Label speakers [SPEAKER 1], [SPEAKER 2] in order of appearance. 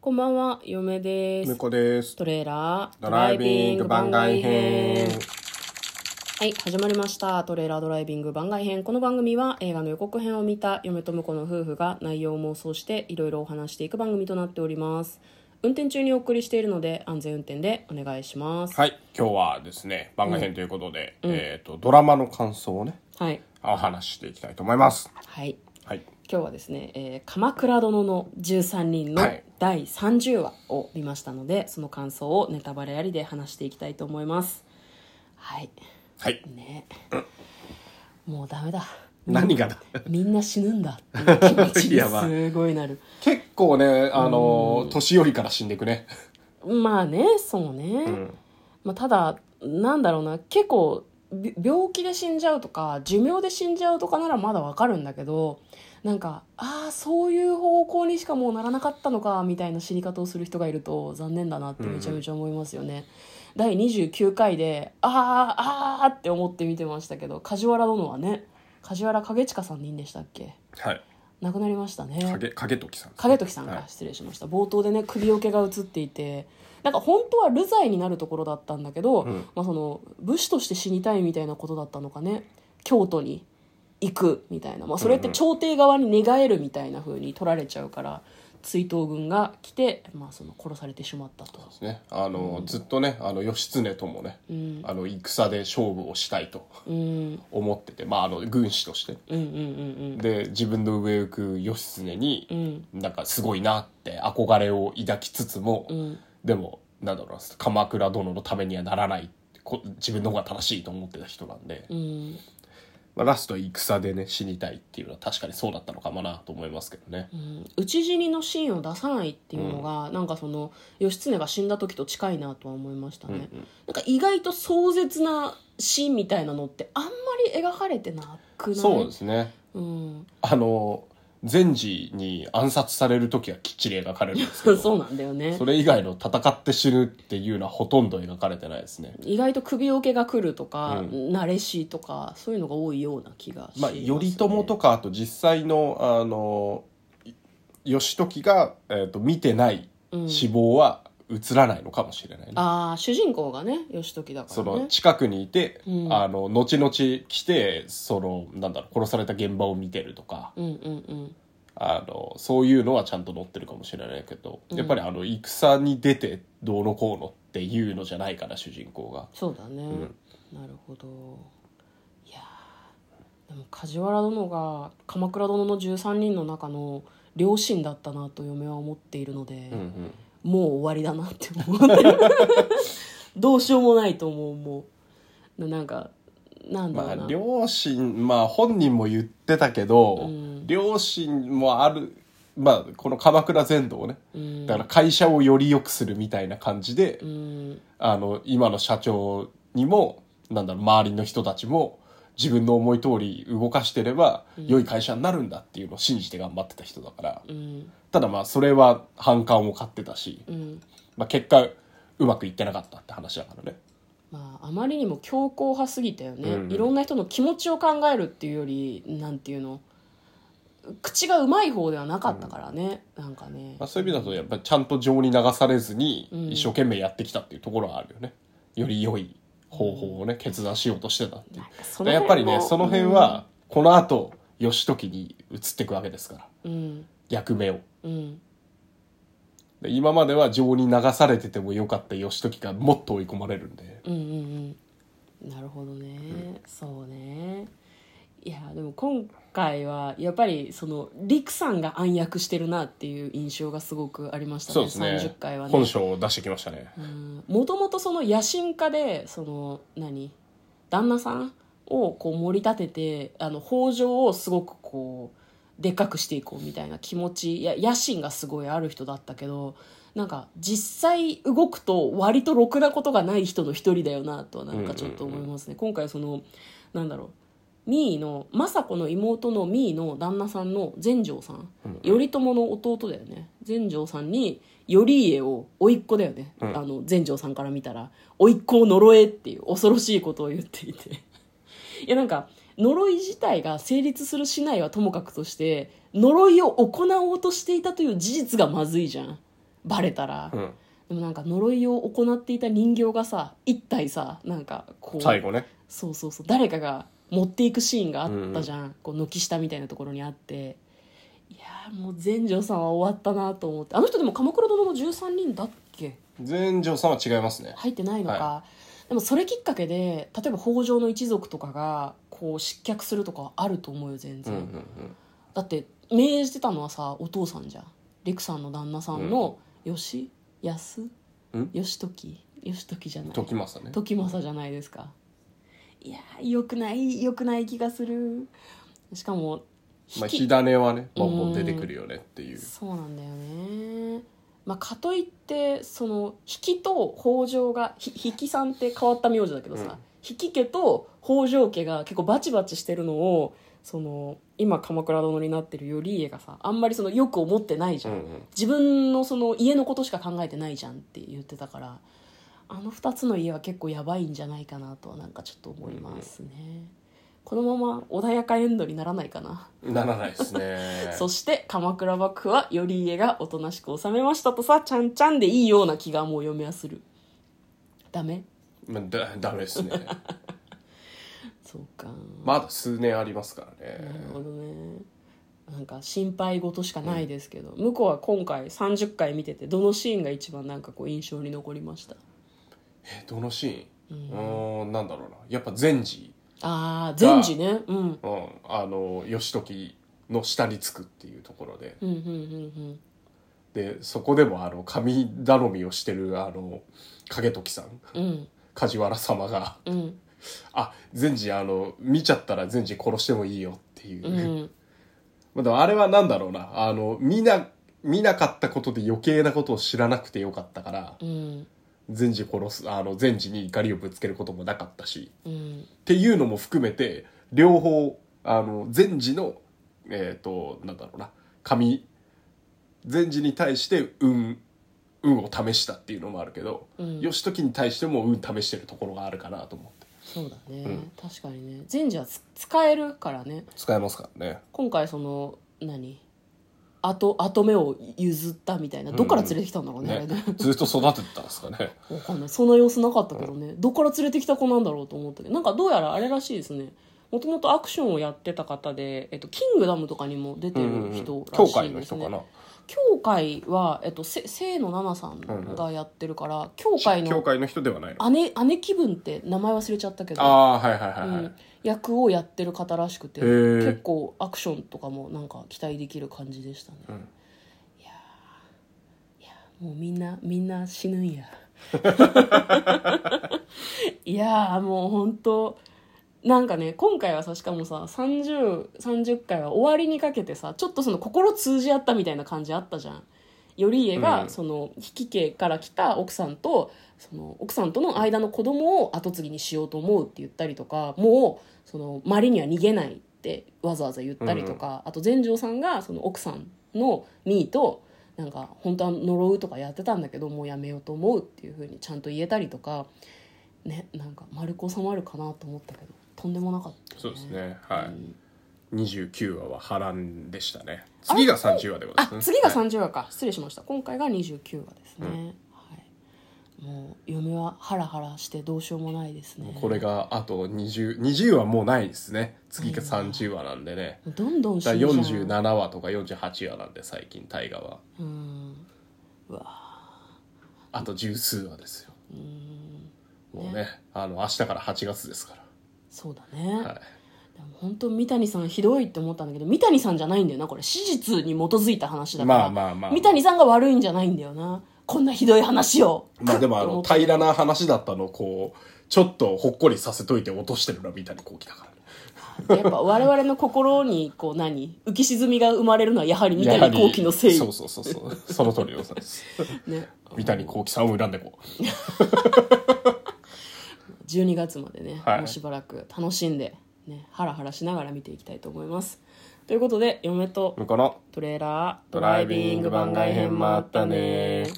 [SPEAKER 1] こんばんは、嫁で
[SPEAKER 2] む
[SPEAKER 1] す。
[SPEAKER 2] こです。
[SPEAKER 1] トレーラード
[SPEAKER 2] ドライビング番外編。
[SPEAKER 1] はい、始まりました。トレーラードライビング番外編。この番組は映画の予告編を見た嫁と婿の夫婦が内容を妄想していろいろお話していく番組となっております。運転中にお送りしているので安全運転でお願いします。
[SPEAKER 2] はい、今日はですね、番外編ということで、えっ、と、ドラマの感想をね、
[SPEAKER 1] はい。
[SPEAKER 2] お話ししていきたいと思います。
[SPEAKER 1] はい。
[SPEAKER 2] はい。
[SPEAKER 1] 今日はですね、えー鎌倉殿の13人の
[SPEAKER 2] はい
[SPEAKER 1] 第30話を見ましたので、その感想をネタバレありで話していきたいと思います。はい。
[SPEAKER 2] はい。
[SPEAKER 1] ねもうダメだ
[SPEAKER 2] 何がだ
[SPEAKER 1] みんな死ぬんだっていう気持ち
[SPEAKER 2] い
[SPEAKER 1] に
[SPEAKER 2] やまあ
[SPEAKER 1] すごいなる
[SPEAKER 2] 結構ね、あのー、年寄りから死んでいくね。
[SPEAKER 1] まあねそうね、まあ、ただなんだろうな結構び病気で死んじゃうとか寿命で死んじゃうとかならまだわかるんだけどなんかああそういう方向にしかもうならなかったのかみたいな死に方をする人がいると残念だなってめちゃめちゃ思いますよね、第29回でああああって思って見てましたけど梶原殿はね梶原景親さんでいいんでしたっけ
[SPEAKER 2] はい。
[SPEAKER 1] 亡くなりましたね
[SPEAKER 2] 影、影時さんですね、
[SPEAKER 1] 影時さんが、
[SPEAKER 2] はい
[SPEAKER 1] 失礼しました冒頭でね首桶が映っていてなんか本当は流罪になるところだったんだけど、
[SPEAKER 2] ん
[SPEAKER 1] まあ、その武士として死にたいみたいなことだったのかね京都に行くみたいな、まあ、それって朝廷側に寝返るみたいな風に取られちゃうから追討軍が来て、まあ、その殺されてしまったと
[SPEAKER 2] そうですね。あのー、ずっとね、あの、義経ともね、あの、戦で勝負をしたいと
[SPEAKER 1] うん
[SPEAKER 2] 思ってて、まあ、あの、軍師として。
[SPEAKER 1] うんうんうん
[SPEAKER 2] で、自分の上を行く義経に、
[SPEAKER 1] うんうん
[SPEAKER 2] なんかすごいなって憧れを抱きつつも、
[SPEAKER 1] ん
[SPEAKER 2] でもなんだろうな鎌倉殿のためにはならないこ自分の方が正しいと思ってた人なんで、
[SPEAKER 1] うん
[SPEAKER 2] まあ、ラスト戦でね死にたいっていうのは確かにそうだったのかもなと思いますけどね、
[SPEAKER 1] うん討ち死にのシーンを出さないっていうのが、なんかその義経が死んだ時と近いなとは思いましたね、なんか意外と壮絶なシーンみたいなのってあんまり描かれてなくない
[SPEAKER 2] そうですね
[SPEAKER 1] うん、
[SPEAKER 2] あの善治に暗殺される時はきっちり描かれるんですけど
[SPEAKER 1] そうなんだよね
[SPEAKER 2] それ以外の戦って死ぬっていうのはほとんど描かれてないですね
[SPEAKER 1] 意外と首桶が来るとか、
[SPEAKER 2] う
[SPEAKER 1] 慣れしとかそういうのが多いような気がしま
[SPEAKER 2] まあ、
[SPEAKER 1] す、ね
[SPEAKER 2] 頼朝とかあと実際のあのい義時が、えー、と見てない死亡は映らないのかもしれないね、
[SPEAKER 1] ああ主人公がね義時だか
[SPEAKER 2] そ
[SPEAKER 1] ら
[SPEAKER 2] の
[SPEAKER 1] ね
[SPEAKER 2] 近くにいて、
[SPEAKER 1] うん
[SPEAKER 2] あの後々来てそのなんだろう殺された現場を見てるとか、
[SPEAKER 1] うんうんうん
[SPEAKER 2] あのそういうのはちゃんと載ってるかもしれないけど、やっぱりあの戦に出てどうのこうのっていうのじゃないから主人公が。
[SPEAKER 1] そうだね、なるほどいやーでも梶原殿が鎌倉殿の13人の中の両親だったなと嫁は思っているので、
[SPEAKER 2] うんうん
[SPEAKER 1] もう終わりだなって思ってる どうしようもないと思うもうななんかなんだ
[SPEAKER 2] ま
[SPEAKER 1] ろうな、
[SPEAKER 2] あ、両親まあ本人も言ってたけど、
[SPEAKER 1] うん
[SPEAKER 2] 両親もあるまあこの鎌倉全土をね
[SPEAKER 1] うん
[SPEAKER 2] だから会社をより良くするみたいな感じで、
[SPEAKER 1] うん
[SPEAKER 2] あの今の社長にもなんだろう周りの人たちも自分の思い通り動かしてれば、良い会社になるんだっていうのを信じて頑張ってた人だから
[SPEAKER 1] うん
[SPEAKER 2] ただまあそれは反感を買ってたし、
[SPEAKER 1] うん
[SPEAKER 2] まあ、結果うまくいってなかったって話だからね。
[SPEAKER 1] まあ、あまりにも強硬派すぎたよね、
[SPEAKER 2] うん
[SPEAKER 1] いろんな人の気持ちを考えるっていうよりなんていうの口がうまい方ではなかったからね、なんかね
[SPEAKER 2] まあ、そういう意味だとやっぱりちゃんと情に流されずに
[SPEAKER 1] うん
[SPEAKER 2] 一生懸命やってきたっていうところはあるよね、より良い方法をね決断しようとしてたっていう
[SPEAKER 1] なんかそ
[SPEAKER 2] だ
[SPEAKER 1] の
[SPEAKER 2] からやっぱりね
[SPEAKER 1] も
[SPEAKER 2] その辺はこの後義時に移っていくわけですから
[SPEAKER 1] うん
[SPEAKER 2] 役目を
[SPEAKER 1] うん
[SPEAKER 2] で今までは情に流されててもよかった義時がもっと追い込まれるんで
[SPEAKER 1] うんうんうんなるほどね、そうねいやでも今回はやっぱりその陸さんが暗躍してるなっていう印象がすごくありましたね
[SPEAKER 2] そうですね
[SPEAKER 1] 30回はね
[SPEAKER 2] 本性を出してきましたね
[SPEAKER 1] もともとその野心家でその何旦那さんをこう盛り立ててあの北条をすごくこうでっかくしていこうみたいな気持ちいや野心がすごいある人だったけどなんか実際動くと割とろくなことがない人の一人だよなとはなんかちょっと思いますね。今回そのなんだろうミーの政子の妹のミーの旦那さんの全成さん、頼朝の弟だよね全成さんに頼家を甥っ子だよね、あの全成さんから見たら甥っ子を呪えっていう恐ろしいことを言っていていやなんか呪い自体が成立するしないはともかくとして呪いを行おうとしていたという事実がまずいじゃんバレたら、
[SPEAKER 2] うん、
[SPEAKER 1] でもなんか呪いを行っていた人形がさ一体さなんかこう
[SPEAKER 2] 最後ね
[SPEAKER 1] そうそうそう誰かが持っていくシーンがあったじゃん、こう軒下みたいなところにあっていやーもう全女さんは終わったなと思ってあの人でも「鎌倉殿の13人」だっけ
[SPEAKER 2] 全城さんは違いますね
[SPEAKER 1] 入ってないのか、
[SPEAKER 2] は
[SPEAKER 1] でもそれきっかけで例えば北条の一族とかがこう失脚するとかはあると思うよ全
[SPEAKER 2] うん
[SPEAKER 1] 然、
[SPEAKER 2] うんうん
[SPEAKER 1] だって命じてたのはさお父さんじゃん陸さんの旦那さんの義安
[SPEAKER 2] うん
[SPEAKER 1] 義時義時じゃない
[SPEAKER 2] 時政ね
[SPEAKER 1] 時政じゃないですかいやーよくないよくない気がするしかも
[SPEAKER 2] まあ、
[SPEAKER 1] 引き
[SPEAKER 2] 火種はねボンボン出てくるよねっていう
[SPEAKER 1] そうなんだよねまあかといってその引きと北条がひ引きさんって変わった名字だけどさ、
[SPEAKER 2] うん
[SPEAKER 1] 引き家と北条家が結構バチバチしてるのをその今鎌倉殿になってる頼家がさあんまりそのよく思ってないじ
[SPEAKER 2] う
[SPEAKER 1] ゃ
[SPEAKER 2] ん
[SPEAKER 1] ん、
[SPEAKER 2] うん
[SPEAKER 1] 自分のその家のことしか考えてないじゃんって言ってたからあの2つの家は結構やばいんじゃないかなとはなんかちょっと思いますね、このまま穏やかエンドにならないかな、
[SPEAKER 2] ならないですね
[SPEAKER 1] そして鎌倉幕府は頼家がおとなしく治めましたとさちゃんちゃんでいいような気がもう嫁はするダメ
[SPEAKER 2] まあだダメですね
[SPEAKER 1] そうか、
[SPEAKER 2] まだ数年ありますから
[SPEAKER 1] なる
[SPEAKER 2] ね
[SPEAKER 1] ほどねなんか心配事しかないですけど、向こうは今回30回見ててどのシーンが一番なんかこう印象に残りました
[SPEAKER 2] えどのシーンうーんなんだろうなやっぱ善治、
[SPEAKER 1] ああ善治ねうん
[SPEAKER 2] うん、あの義時の下につくっていうところで
[SPEAKER 1] うんうんうん
[SPEAKER 2] でそこでもあの神頼みをしてるあの景時さん
[SPEAKER 1] うんうん
[SPEAKER 2] 梶原様が
[SPEAKER 1] うん
[SPEAKER 2] 「あ善治あの見ちゃったら善治殺してもいいよ」っていう、
[SPEAKER 1] うん
[SPEAKER 2] まあ、でもあれはなんだろうなあの見な見なかったことで余計なことを知らなくてよかったから
[SPEAKER 1] うん
[SPEAKER 2] 善治殺すあの善治に怒りをぶつけることもなかったし
[SPEAKER 1] うん
[SPEAKER 2] っていうのも含めて両方あの善治のえっ、となんだろうな神善治に対して運運を試したっていうのもあるけど、
[SPEAKER 1] うん
[SPEAKER 2] 義時に対しても運試してるところがあるかなと思って
[SPEAKER 1] そうだね、
[SPEAKER 2] うん
[SPEAKER 1] 確かにね善治はつ使えるからね
[SPEAKER 2] 使えますからね
[SPEAKER 1] 今回その何後後目を譲ったみたいなどっから連れてきたんだろうね,、あれね
[SPEAKER 2] ずっと育ててたんですかね
[SPEAKER 1] わかんないそんな様子なかったけどね、どっから連れてきた子なんだろうと思ったけどなんかどうやらあれらしいですねもともとアクションをやってた方で、えっと、キングダムとかにも出てる人ら
[SPEAKER 2] 教
[SPEAKER 1] し
[SPEAKER 2] 会
[SPEAKER 1] い
[SPEAKER 2] の
[SPEAKER 1] です
[SPEAKER 2] 人
[SPEAKER 1] ね、
[SPEAKER 2] かな
[SPEAKER 1] 教会は、えっと、せ清野奈々
[SPEAKER 2] うん
[SPEAKER 1] さ
[SPEAKER 2] うんん
[SPEAKER 1] がやってるから、教会
[SPEAKER 2] 教
[SPEAKER 1] の
[SPEAKER 2] 会の人ではないの
[SPEAKER 1] 姉姉気分って名前忘れちゃったけど、
[SPEAKER 2] ああーはいはいは
[SPEAKER 1] う
[SPEAKER 2] いはい、
[SPEAKER 1] ん、役をやってる方らしくて
[SPEAKER 2] へー
[SPEAKER 1] 結構アクションとかもなんか期待できる感じでしたね、
[SPEAKER 2] うん
[SPEAKER 1] いやーいやーもうみんなみんな死ぬ んやいやーもう本当なんかね今回はさしかもさ3030回は終わりにかけてさちょっとその心通じ合ったみたいな感じあったじゃん頼家が、
[SPEAKER 2] うん
[SPEAKER 1] その引き家から来た奥さんとその奥さんとの間の子供を後継ぎにしようと思うって言ったりとかもうそのマリには逃げないってわざわざ言ったりとか、あと全城さんがその奥さんのミーとなんか本当は呪うとかやってたんだけどもうやめようと思うっていうふうにちゃんと言えたりとかねなんか丸く収まるかなと思ったけどとんでもなかった、
[SPEAKER 2] そうですねはい、
[SPEAKER 1] うん
[SPEAKER 2] 29話は波乱でしたね次が30話でございます、
[SPEAKER 1] あ
[SPEAKER 2] ね、
[SPEAKER 1] 次が
[SPEAKER 2] はい
[SPEAKER 1] 30話か、失礼しました今回が29話ですね、はい、もう嫁はハラハラしてどうしようもないですね
[SPEAKER 2] これがあと2020話もうないですね次が30話なんでね、
[SPEAKER 1] どんどん死
[SPEAKER 2] だ
[SPEAKER 1] ぬ
[SPEAKER 2] か
[SPEAKER 1] じゃ
[SPEAKER 2] ら
[SPEAKER 1] ん
[SPEAKER 2] 47話とか48話なんで最近大河は
[SPEAKER 1] うんうわ
[SPEAKER 2] あと十数話ですよ
[SPEAKER 1] うん
[SPEAKER 2] もうねあの明日から8月ですか
[SPEAKER 1] そうだね、
[SPEAKER 2] ら、はい、
[SPEAKER 1] でも本当三谷さんひどいって思ったんだけど三谷さんじゃないんだよなこれ史実に基づいた話だから、
[SPEAKER 2] まあまあまあ
[SPEAKER 1] 三谷さんが悪いんじゃないんだよなこんなひどい話 を
[SPEAKER 2] まあでもあ
[SPEAKER 1] と思
[SPEAKER 2] の
[SPEAKER 1] った
[SPEAKER 2] 平らな話だったのをこうちょっとほっこりさせといて落としてるなみたいなこうきだからね
[SPEAKER 1] やっぱ我々の心にこう何浮き沈みが生まれるのはやはり三谷幸喜のせい
[SPEAKER 2] そうそうそうそうその通りでござ います
[SPEAKER 1] ね
[SPEAKER 2] 三谷幸喜さんを恨んでこう
[SPEAKER 1] 12月までね、
[SPEAKER 2] はい
[SPEAKER 1] もうしばらく楽しんで、ね、ハラハラしながら見ていきたいと思いますということで嫁と
[SPEAKER 2] 向こうの
[SPEAKER 1] トレーラード
[SPEAKER 2] ドライビング番外編もあったね